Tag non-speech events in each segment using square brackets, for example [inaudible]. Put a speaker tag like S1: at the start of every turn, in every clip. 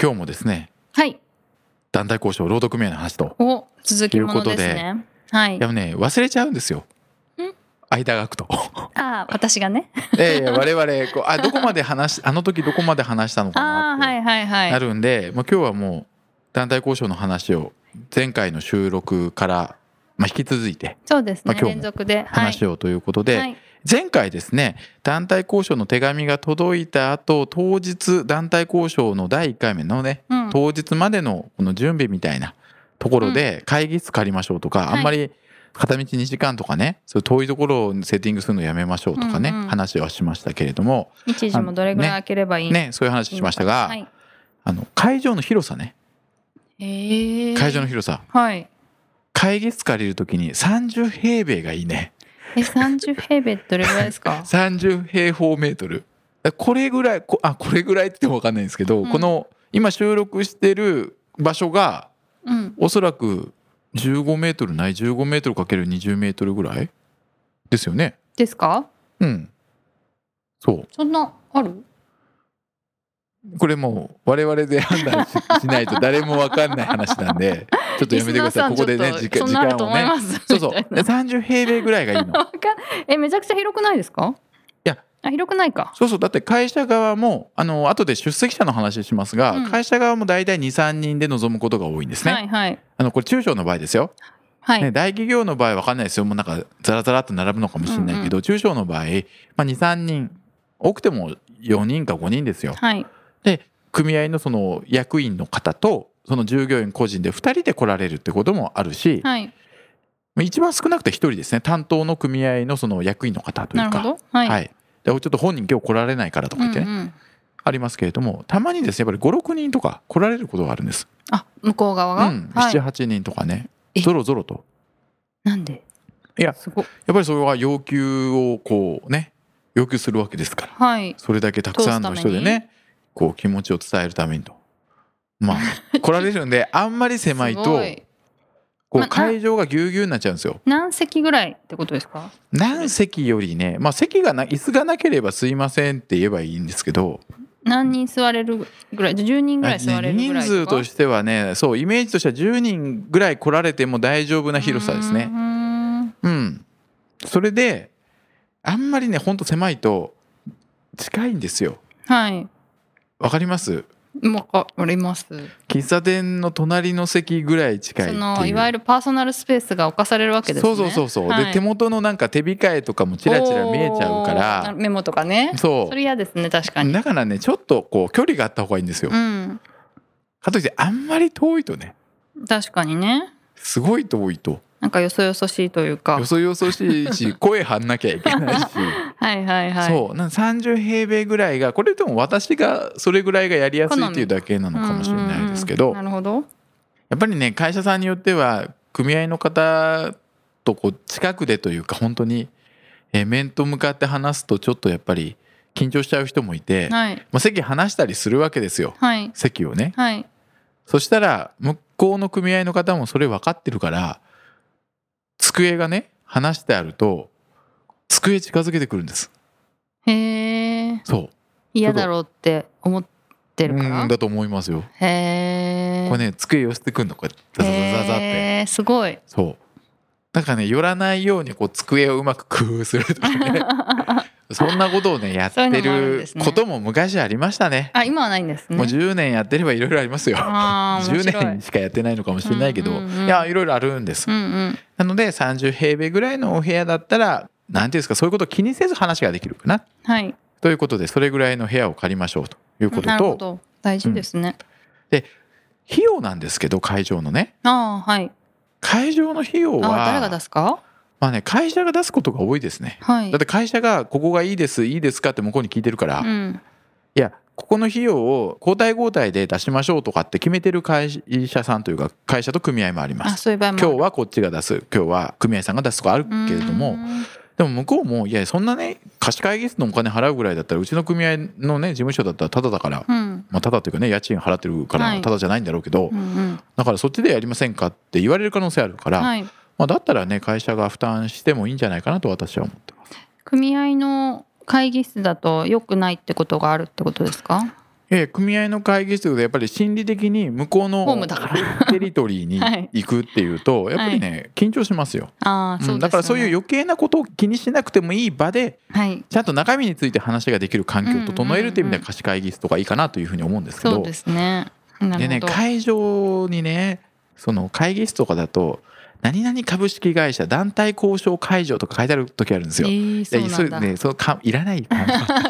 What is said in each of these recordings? S1: 今日もですね
S2: はい
S1: 団体交渉労働組合の話と
S2: お続きものです
S1: とい
S2: ねはい
S1: いやね忘れちゃうんですよ
S2: ん
S1: 間が空くと [laughs]
S2: あー私がね
S1: ええ我々こうあどこまで話しあの時どこまで話したのか
S2: ああー
S1: な
S2: はい
S1: っ
S2: はいは
S1: て
S2: い
S1: なるんで、まあ、今日はもう団体交渉の話を前回の収録から、まあ、引き続いて
S2: そうですね、
S1: まあ今日
S2: 連
S1: も
S2: 続で
S1: 話をということで、
S2: はいはい
S1: 前回ですね団体交渉の手紙が届いた後当日団体交渉の第1回目のね
S2: うん、
S1: 当日までのこの準備みたいなところで会議室借りましょうとか、
S2: はい
S1: あんまり片道2時間とかねそういう遠いところをセッティングするのやめましょうとかね、
S2: うんうん
S1: 話はしましたけれども、
S2: 日時もどれぐらい空ければいい
S1: ね、そういう話しましたが、
S2: はい、
S1: あの会場の広さね
S2: ええ
S1: 会場の広さ
S2: はい
S1: 会議室借りる時に30平米がいいね
S2: え30平米ってどれぐらいです
S1: [laughs]
S2: か
S1: 30平方メートルこれぐらいこあこれぐらいって言っても分かんないんですけど、
S2: うん
S1: この今収録してる場所が
S2: うん
S1: おそらく15メートルない15メートルかける20メートルぐらいですよね。
S2: ですか
S1: うん。そ
S2: そんなある
S1: う。これもう我々で判断ししないと誰もわかんない話なんで、ちょっとやめてください。ここでね、時
S2: ちょ
S1: 間
S2: っとそ
S1: 時
S2: んなある
S1: 間
S2: と
S1: を
S2: 思い
S1: ね。
S2: ます
S1: [laughs] そうそう。
S2: みたい
S1: で30平米ぐらい
S2: [laughs]
S1: がいいの
S2: な。わかんえめちゃくちゃ広くないですか
S1: いや
S2: あ広くないか
S1: そうそう。だって会社側も、あの、後で出席者の話しますが、
S2: うん
S1: 会社側も大体2、3人で臨むことが多いんですね。
S2: はいはい
S1: あの、これ中小の場合ですよ。
S2: はい、
S1: ね、大企業の場合わかんないですよもうなんかザラザラっと並ぶのかもしれないけど、中小の場合、まあ、23人多くても4人か5人ですよ
S2: はい
S1: 組合のその役員の方とその従業員個人で2人で来られるってこともあるし、
S2: はい
S1: まあ一番少なくて1人ですね担当の組合のその役員の方とい
S2: な
S1: う
S2: る
S1: か
S2: ほどはい、
S1: はい、でちょっと本人今日来られないからとか
S2: うん
S1: 言
S2: う
S1: ってね、
S2: ん、
S1: ありますけれどもたまにですねやっぱり56人とか来られることがあるんです、
S2: あ向こう側
S1: う
S2: が、
S1: ん、
S2: はい、
S1: 78人とかね
S2: え
S1: ぞろぞろと
S2: なんで
S1: いや
S2: すご
S1: やっぱりそれは要求をこうね要求するわけですから
S2: はい
S1: それだけたくさんの人で
S2: 通すため
S1: ねこう気持ちを伝えるためにと
S2: [laughs]
S1: まあ来られるんであんまり狭い
S2: す
S1: と
S2: ごい
S1: こ
S2: ま
S1: う
S2: あ
S1: 会場がぎゅうぎゅうになっちゃうんですよ
S2: 何席ぐらいってことですか
S1: 何席よりねまあ席がな椅子がなければすいませんって言えばいいんですけど
S2: 何人座れるぐらい10人ぐらい座れるぐ
S1: 人
S2: らい
S1: 数としてはねそうイメージとしては10人ぐらい来られても大丈夫な広さですね
S2: うーん
S1: うんそれであんまりねほんと狭いと近いんですよ
S2: はい
S1: わかります
S2: わかります
S1: 喫茶店の隣の席ぐらい近いっ
S2: そ
S1: ていう
S2: のいわゆるパーソナルスペースが侵されるわけですね
S1: そうそうそうそう、
S2: はい
S1: で手元のなんか手控えとかもちらちら見えちゃうか
S2: おー
S1: ら
S2: メモとかね
S1: そ
S2: それ嫌ですね確か
S1: う
S2: に
S1: だからねちょっとこう距離があった方がいいんですよ、
S2: うん
S1: かといってあんまり遠いとね
S2: 確かにね
S1: すごい遠いと
S2: なんかよそよそしいというか
S1: よそよそし
S2: [laughs]
S1: いし声張んなきゃいけないし、
S2: はいはいはい
S1: そうなん30平米ぐらいがこれでも私がそれぐらいがやりやすいっていうだけなのかもしれないですけど、
S2: うんうんうんなるほど
S1: やっぱりね会社さんによっては組合の方とこう近くでというか本当にえー面と向かって話すとちょっとやっぱり緊張しちゃう人もいて、ま
S2: はい
S1: あ、席離したりするわけですよ
S2: はい
S1: 席をね
S2: はい
S1: そしたら向こうの組合の方もそれ分かってるから机がね離してあると机近づけてくるんです
S2: へえ
S1: そう
S2: 嫌だろうって思ってるか
S1: う
S2: ら
S1: んだと思いますよ
S2: へえ
S1: これね机寄せてくるのこうやってザザザザザって。
S2: へーすごい
S1: そう。だからね、寄らないようにこう机をうまく工夫するとかね。 [laughs] そんなことをね、やっ
S2: そうい
S1: て
S2: うのもあるんで
S1: る
S2: すね
S1: ことも昔ありましたね。
S2: あ今はないんですね
S1: もう10年やってればいろいろありますよ。
S2: あー面
S1: 10
S2: 白い
S1: 年しかやってないのかもしれないけど、
S2: うんうんうん
S1: いや、いろいろあるんです。
S2: うんうん
S1: なので、30平米ぐらいのお部屋だったら、なんていうんですか、そういうことを気にせず話ができるかな。
S2: はい
S1: ということで、それぐらいの部屋を借りましょうというこ
S2: な
S1: と
S2: るほ
S1: と、
S2: ど大事ですね、
S1: 費用なんですけど、会場のね。
S2: ああはい
S1: 会場の費用
S2: あ
S1: は、
S2: 誰が出すか
S1: まあね、会社が出すことが多いですね。
S2: はい
S1: だって会社が「ここがいいですいいですか?」って向こうに聞いてるから、
S2: う
S1: い
S2: ん
S1: やここの費用を交代交代で出しましょうとかって決めてる会社さんというか会社と組合もありま
S2: あ
S1: す
S2: そういう場合も
S1: 今日はこっちが出す今日は組合さんが出すとかあるけれども、でも向こうもいやそんなね貸し会議室のお金払うぐらいだったらうちの組合のね事務所だったらタダだから、
S2: うんうん
S1: まあタダというかね家賃払ってるか
S2: は
S1: ら
S2: い
S1: タダじゃないんだろうけど、
S2: うんうん
S1: だからそっちでやりませんかって言われる可能性あるから、
S2: はい
S1: まあだったらね会社が負担してもいいんじゃないかなと私は思ってます。
S2: 組合の会議室だと良くないってことがあるってことですか
S1: ええ組合の会議室でやっぱり心理的に向こうの
S2: ホームだから
S1: テリトリー
S2: [laughs]
S1: に
S2: はい
S1: 行くっていうと、やっぱりね、緊張しますよ。
S2: ああそうですよね
S1: うん、だからそういう余計なことを気にしなくてもいい場で
S2: はい
S1: ちゃんと中身について話ができる環境を整えるっていう意味では貸し会議室とかいいかなというふうに思うんですけ
S2: そ
S1: ど
S2: うですねなるほど
S1: でね会場にねその会議室とかだと「何々株式会社団体交渉会場」とか書いてある時あるんですよ。
S2: えーそう
S1: でそれ
S2: なんだ
S1: ねそのかいらない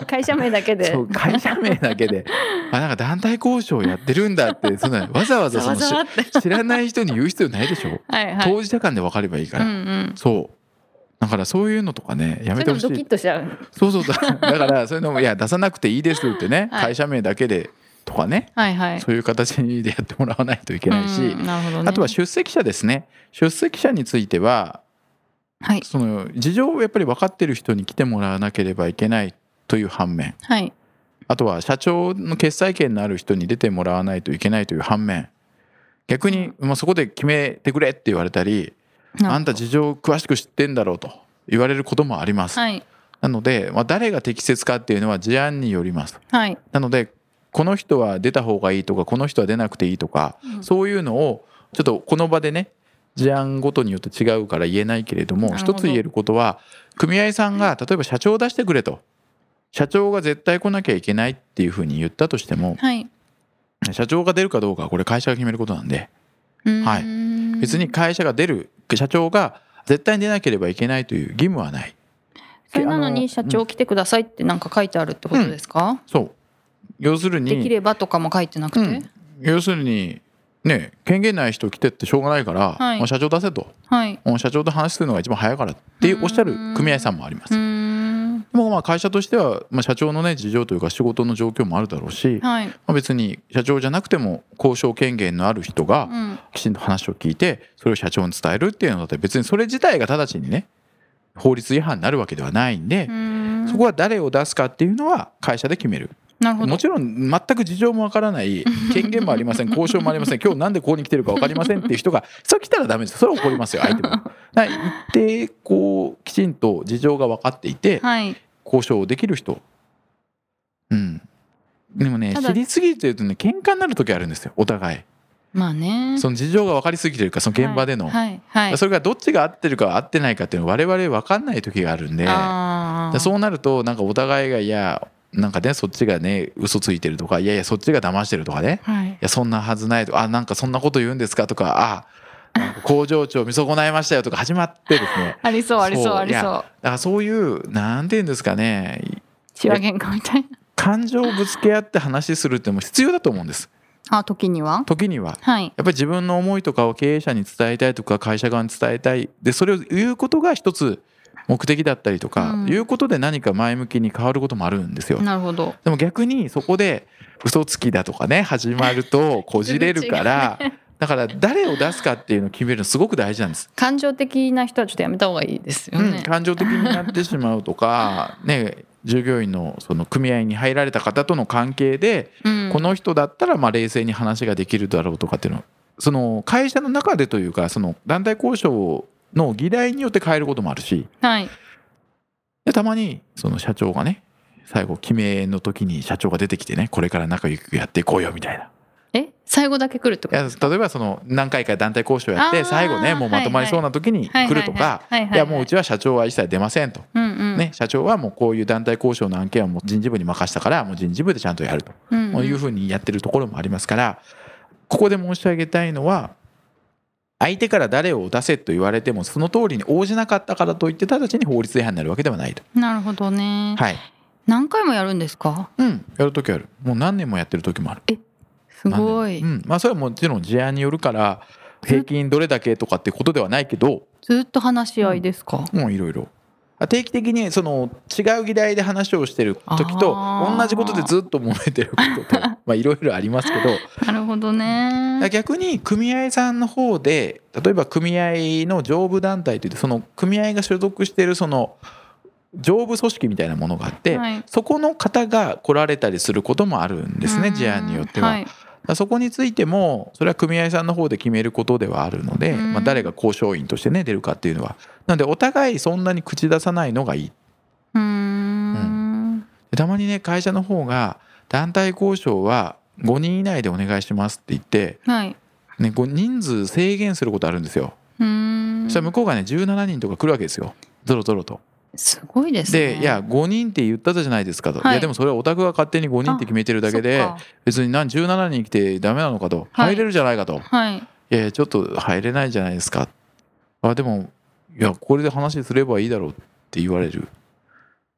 S2: 会社名だけで
S1: そう会社名
S2: [laughs]
S1: だけであなんか団体交渉やってるんだってそんなわざわ
S2: ざ
S1: ざその
S2: わざわ
S1: し
S2: って
S1: 知らない人に言う必要ないでしょ
S2: はいはい
S1: 当事者間で分かればいいか
S2: う
S1: ら、
S2: んうん
S1: そうだからそういうのとかねや
S2: それ
S1: め
S2: で
S1: てほ
S2: も
S1: し
S2: ドキッ
S1: い
S2: としちゃう
S1: そうそうだ
S2: [laughs]
S1: だからそういうのもいや出さなくていいですってね、
S2: はい
S1: 会社名だけでとかね
S2: はいはい
S1: そういう形でやってもらわないといけないし、
S2: うんなるほどね
S1: あとは出席者ですね出席者については
S2: はい
S1: その事情をやっぱり分かってる人に来てもらわなければいけないという反面
S2: はい
S1: あとは社長の決裁権のある人に出てもらわないといけないという反面逆に、まあ、そこで決めてくれって言われたり
S2: な
S1: あんた事情詳しく知ってんだろうと言われることもあります、
S2: はい
S1: なので、まあ、誰が適切かっていうのは事案によります
S2: はい
S1: なのでこの人は出た方がいいとかこの人は出なくていいとか、
S2: うん
S1: そういうのをちょっとこの場でね事案ごとによって違うから言えないけれども
S2: なるほど
S1: 一つ言えることは組合さんが例えば社長を出してくれと社長が絶対来なきゃいけないっていうふうに言ったとしても
S2: はい
S1: 社長が出るかどうかはこれ会社が決めることなんでは
S2: はい
S1: 別に会社が出る社長が絶対に出なければいけないという義務はない
S2: それなの
S1: あ
S2: に
S1: の
S2: 社長来てくださいってなんか書いてあるってことですか、
S1: そう要する
S2: でき
S1: に
S2: ればとかも書いてなくて、
S1: うん要するにね権限ない人来てってしょうがないから、
S2: はい
S1: もう社長出せと
S2: はい
S1: もう社長と話するのが一番早いからっていうおっしゃる組合さんもあります
S2: うーん
S1: でもまあ会社としては、まあ、社長のね事情というか仕事の状況もあるだろうし、ま
S2: はい、
S1: あ、別に社長じゃなくても交渉権限のある人が
S2: うん、
S1: きちんと話を聞いてそれを社長に伝えるっていうのだって別にそれ自体が直ちにね法律違反になるわけではないんで
S2: うー、ん
S1: そこは誰を出すかっていうのは会社で決める
S2: なるほど
S1: もちろん全く事情もわから
S2: [laughs]
S1: ない権限もありません交渉もありません今日なんでここに来てるかわかりませんっていう人がそれ来たらダメですそれは怒りますよ相手も。だから一定こうきちんと事情が分かっていて
S2: はい
S1: 交渉できる人うんでもね
S2: ただ
S1: 知りすぎてるとね喧嘩になる時あるんですよお互い
S2: まあね
S1: その事情が分かりすぎてるかその現場で
S2: は
S1: の、
S2: いはい、はい、
S1: それがどっちが合ってるか合ってないかっていうのは我々分かんない時があるんで
S2: あ
S1: で
S2: ー
S1: そうなるとなんかお互いがいやなんかねそっちがね嘘ついてるとかいやいやそっちが騙してるとかね
S2: はい
S1: いやそんなはずないとかあなんかそんなこと言うんですかとかあなんか工場長見損ないましたよとか始まってですね
S2: ありそうありそう
S1: そう
S2: あり
S1: い
S2: そう
S1: やだからそういうなんて言うんですかね
S2: 血は喧嘩みたいな
S1: 感情をぶつけ合って話するってのも必要だと思うんです
S2: あ時には
S1: 時には
S2: はい
S1: やっぱり自分の思いとかを経営者に伝えたいとか会社側に伝えたいでそれを言うことが一つ目的だったりとか、
S2: うん
S1: いうことで何か前向きに変わることもあるんですよ
S2: なるほど
S1: でも逆にそこで嘘つきだとかね始まるとこじれる [laughs] からだから誰を出すかっていうのを決めるのすごく大事なんです。
S2: 感情的な人はちょっとやめた方がいいですよ
S1: うん
S2: ね、
S1: 感情的になってしまうとかね従業員のその組合に入られた方との関係で
S2: うん
S1: この人だったらまあ冷静に話ができるだろうとかっていうのその会社の中でというかその団体交渉の議題によって変えることもあるし
S2: はい
S1: でたまにその社長がね最後決めの時に社長が出てきてねこれから仲良くやっていこうよみたいな
S2: え最後だけ来るって
S1: い
S2: こと
S1: や例えばその何回か団体交渉やっ
S2: あー
S1: て最後ねもうまとまりそうな時に来るとか
S2: はいはいはいはいはいはい
S1: いやもううちは社長は一切出ませんと、
S2: うんうん
S1: ね、社長はもうこういう団体交渉の案件はもう人事部に任したからもう人事部でちゃんとやると
S2: うん
S1: こういう
S2: う
S1: ふうにやってるところもありますからここで申し上げたいのは相手から誰を出せと言われてもその通りに応じなかったからといって直ちに法律違反になるわけではないと。
S2: んなるほどね、
S1: はい
S2: 何回もやるんですか
S1: うん、やる時あるもう何年もやってる時もある。
S2: すごい、
S1: 何年もうんまあ、それはもちろん事案によるから平均どれだけとかってことではないけど、
S2: ずっと話し合いですか、
S1: もういろいろ定期的にその違う議題で話をしてる時と
S2: あー
S1: 同じことでずっと揉めてることと
S2: [laughs]
S1: まあいろいろありますけ
S2: な
S1: ど
S2: るほどね
S1: だから逆に組合さんの方で例えば組合の上部団体といってその組合が所属してるその上部組織みたいなものがあって、
S2: はい
S1: そこの方が来られたりすることもあるんですね事案によっては。
S2: い
S1: だからそこについてもそれは組合さんの方で決めることではあるので、
S2: うん
S1: まあ、誰が交渉員としてね出るかっていうのはなのでお互いそんなに口出さないのがいいう
S2: ーん
S1: でたまにね会社の方が団体交渉は5人以内でお願いしますって言って、
S2: はい
S1: ね、こう人数制限することあるんですよ、
S2: うーん
S1: そしたら向こうがね17人とか来るわけですよゾロゾロと。
S2: すごいですね
S1: で「いや5人って言ったじゃないですか」と「
S2: はい
S1: いやでもそれはオタクが勝手に5人って決めてるだけで
S2: そっか
S1: 別に何17人来てダメなのか」と「
S2: はい
S1: 入れるじゃないか」と。
S2: はい
S1: いやいやちょっと入れないじゃないですかあでもいやこれで話すればいいだろうって言われる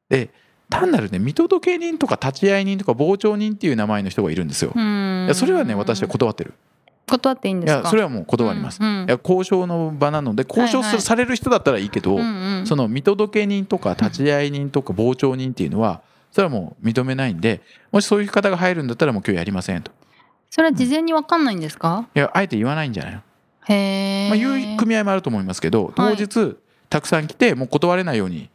S1: で単なるね見届け人とか立ち会い人とか傍聴人っていう名前の人がいるんですよ
S2: うーん
S1: いやそれはね私は断ってる
S2: 断っていいん
S1: い
S2: ですか
S1: やそれ
S2: は
S1: はもう断ります、
S2: うんうん
S1: いや交渉の場なので交渉
S2: はい
S1: す
S2: はい
S1: るされる人だったらいいけど、
S2: うんうん
S1: その見届け人とか立ち会い人とか傍聴人っていうのはそれはもう認めないんでもしそういう方が入るんだったらもう今日やりませんと
S2: それは事前にわかんないんですか、
S1: いやあえて言わないんじゃないの
S2: へえ
S1: まあ、いう組合もあると思いますけど当日たくさん来てもう断れないように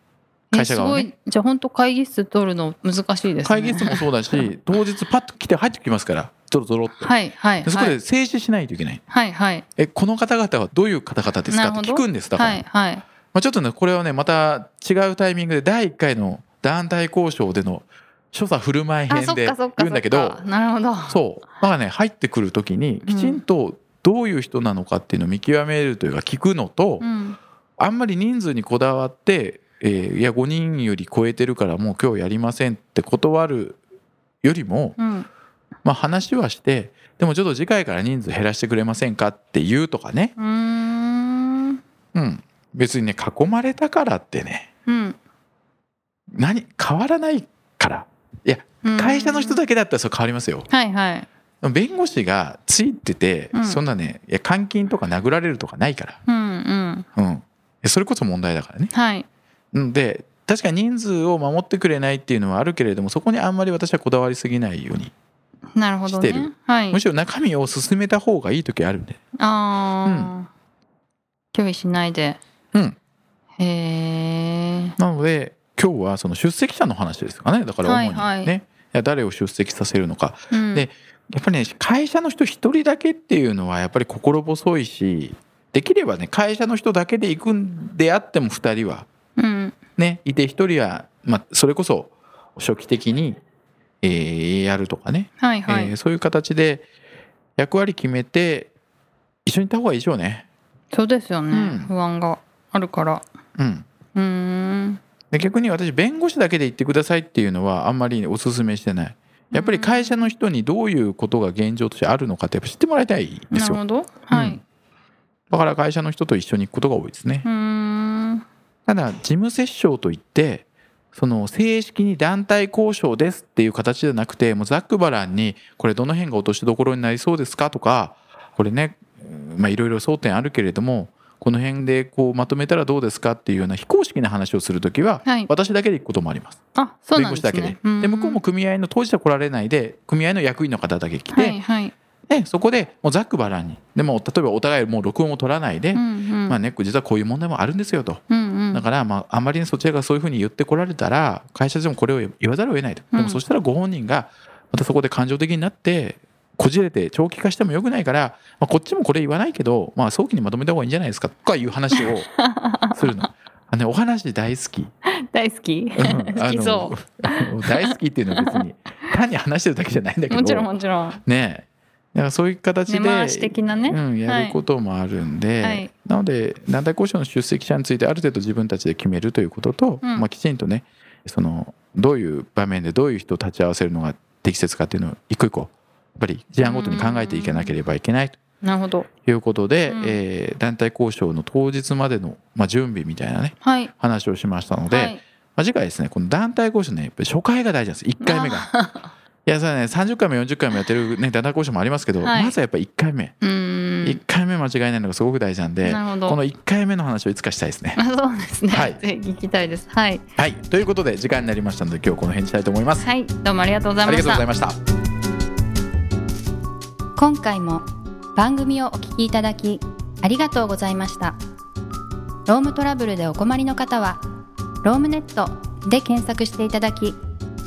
S1: 会社側は
S2: え
S1: ね
S2: すごいじゃあ本当会議室取るの難しいですね
S1: 会議室もそうだし当日パッと来て入ってきますからゾロゾロって、
S2: はいはい
S1: でそこ
S2: は
S1: で
S2: い
S1: 静止しないといけない
S2: はいはい
S1: えこの方々はどういう方々ですかって聞くんですだから、
S2: はいはい
S1: まあ、ちょっとねこれはねまた違うタイミングで第1回の団体交渉での所作振る舞い
S2: あそっかそ
S1: 編で
S2: っかそっか
S1: 言うんだけど
S2: なるほど
S1: そうだからね入ってくる時にきちんとどういう人なのかっていうのを見極めるというか聞くのと、
S2: うん
S1: あんまり人数にこだわって、えーいや5人より超えてるからもう今日やりませんって断るよりも、
S2: うん
S1: まあ、話はしてでもちょっと次回から人数減らしてくれませんかって言うとかね、
S2: うーん
S1: うん、別にね囲まれたからってね
S2: うん
S1: 何変わらないから
S2: うん
S1: 会社の人だけだったらそう変わりますよ。
S2: はいはい
S1: でも弁護士がついてて、
S2: うん
S1: そんなねいや監禁とか殴られるとかないか
S2: うんうん
S1: ら、うん、それこそ問題だからね。
S2: はい
S1: うんで確かに人数を守ってくれないっていうのはあるけれどもそこにあんまり私はこだわりすぎないように
S2: なるほど
S1: して
S2: ね
S1: る
S2: はい
S1: むしろ中身を進めた方がいい時あるんで
S2: ああ、拒否しないで
S1: うん
S2: へえ
S1: なので今日はその出席者の話ですかねだから主にね、
S2: はいはい
S1: いや誰を出席させるのか
S2: うん
S1: でやっぱりね会社の人一人だけっていうのはやっぱり心細いしできればね会社の人だけで行くんであっても2人は
S2: うん
S1: ねいて1人は、まあ、それこそ初期的に、えーやるとかね
S2: はいはい、
S1: えーそういう形で役割決めて一緒にいた方がいいでしょうね。
S2: そうですよね、
S1: うん
S2: 不安があるから
S1: うん、
S2: うーん
S1: で逆に私弁護士だけで言ってくださいっていうのはあんまりお勧めしてない。やっぱり会社の人にどういうことが現状としてあるのかってやっぱ知ってもらいたいで
S2: な
S1: す
S2: る
S1: よ。
S2: ほどは
S1: う
S2: い
S1: んだから会社の人と一緒に行くことが多いですね
S2: う。ーん
S1: ただ事務折衝といってその正式に団体交渉ですっていう形じゃなくてもうざっくばらんにこれどの辺が落としどころになりそうですかとかこれねうんまあいろいろ争点あるけれどもこの辺でこうまとめたらどうですかっていうような非公式な話をするときは
S2: はい
S1: 私だけで行くこともあります、
S2: あそう
S1: 弁
S2: なんで
S1: 護士
S2: す
S1: だけで
S2: ね。うん
S1: で向こうも組合の当事者来られないで組合の役員の方だけ来て、
S2: はいはい、
S1: でそこでもうざっくばらんにでも例えばお互いもう録音を取らないで、
S2: うんうん
S1: まあね実はこういう問題もあるんですよと。
S2: うんうん
S1: だから、まあ、あんまりねそちらがそういうふうに言ってこられたら会社でもこれを言わざるを得ないと、
S2: うん
S1: でもそしたらご本人がまたそこで感情的になってこじれて長期化してもよくないから、まあ、こっちもこれ言わないけど、まあ、早期にまとめた方がいいんじゃないですかとかいう話
S2: [laughs]
S1: をするの。あのね、お話大好き
S2: 大好き好
S1: あ
S2: き
S1: の
S2: そ
S1: 大好きっていうのは別に単に話してるだけじゃないんだけ
S2: う
S1: ど
S2: もちろんもちろん
S1: ねえだからそういう形で
S2: 根回し的なね、
S1: うん、やることもあるんで、
S2: はい
S1: なので団体交渉の出席者についてある程度自分たちで決めるということと、
S2: うん
S1: まあ、きちんとねそのどういう場面でどういう人を立ち会わせるのが適切かっていうのを一個一個やっぱり事案ごとに考えていかなければいけないと
S2: なるほど
S1: いうことで、
S2: うん
S1: えー団体交渉の当日までの、まあ、準備みたいなね
S2: はい
S1: 話をしましたので、
S2: はい、
S1: まあ、次回ですねこの団体交渉ねやっぱり初回が大事なんです1回
S2: [laughs]
S1: 目が。いやさね30回も40回もやってる、ね、団体交渉もありますけど、
S2: はい
S1: まずはやっぱ1回目
S2: うー
S1: 1回目間違えないのがすごく大事なんで
S2: なるほど
S1: この1回目の話をいつかしたいですね。
S2: あそうですね、
S1: はい
S2: ぜ [laughs] ひ聞きたいですはい、
S1: はいということで時間になりましたので今日この辺にしたいと思います。
S2: はい、どうもありがとうござい
S1: あ
S2: ま
S1: りが
S2: し
S1: とうご
S2: た
S1: ざいました。
S2: 今回も番組をお聞きいただきありがとうございましたロームトラブルでお困りの方はロームネットで検索していただき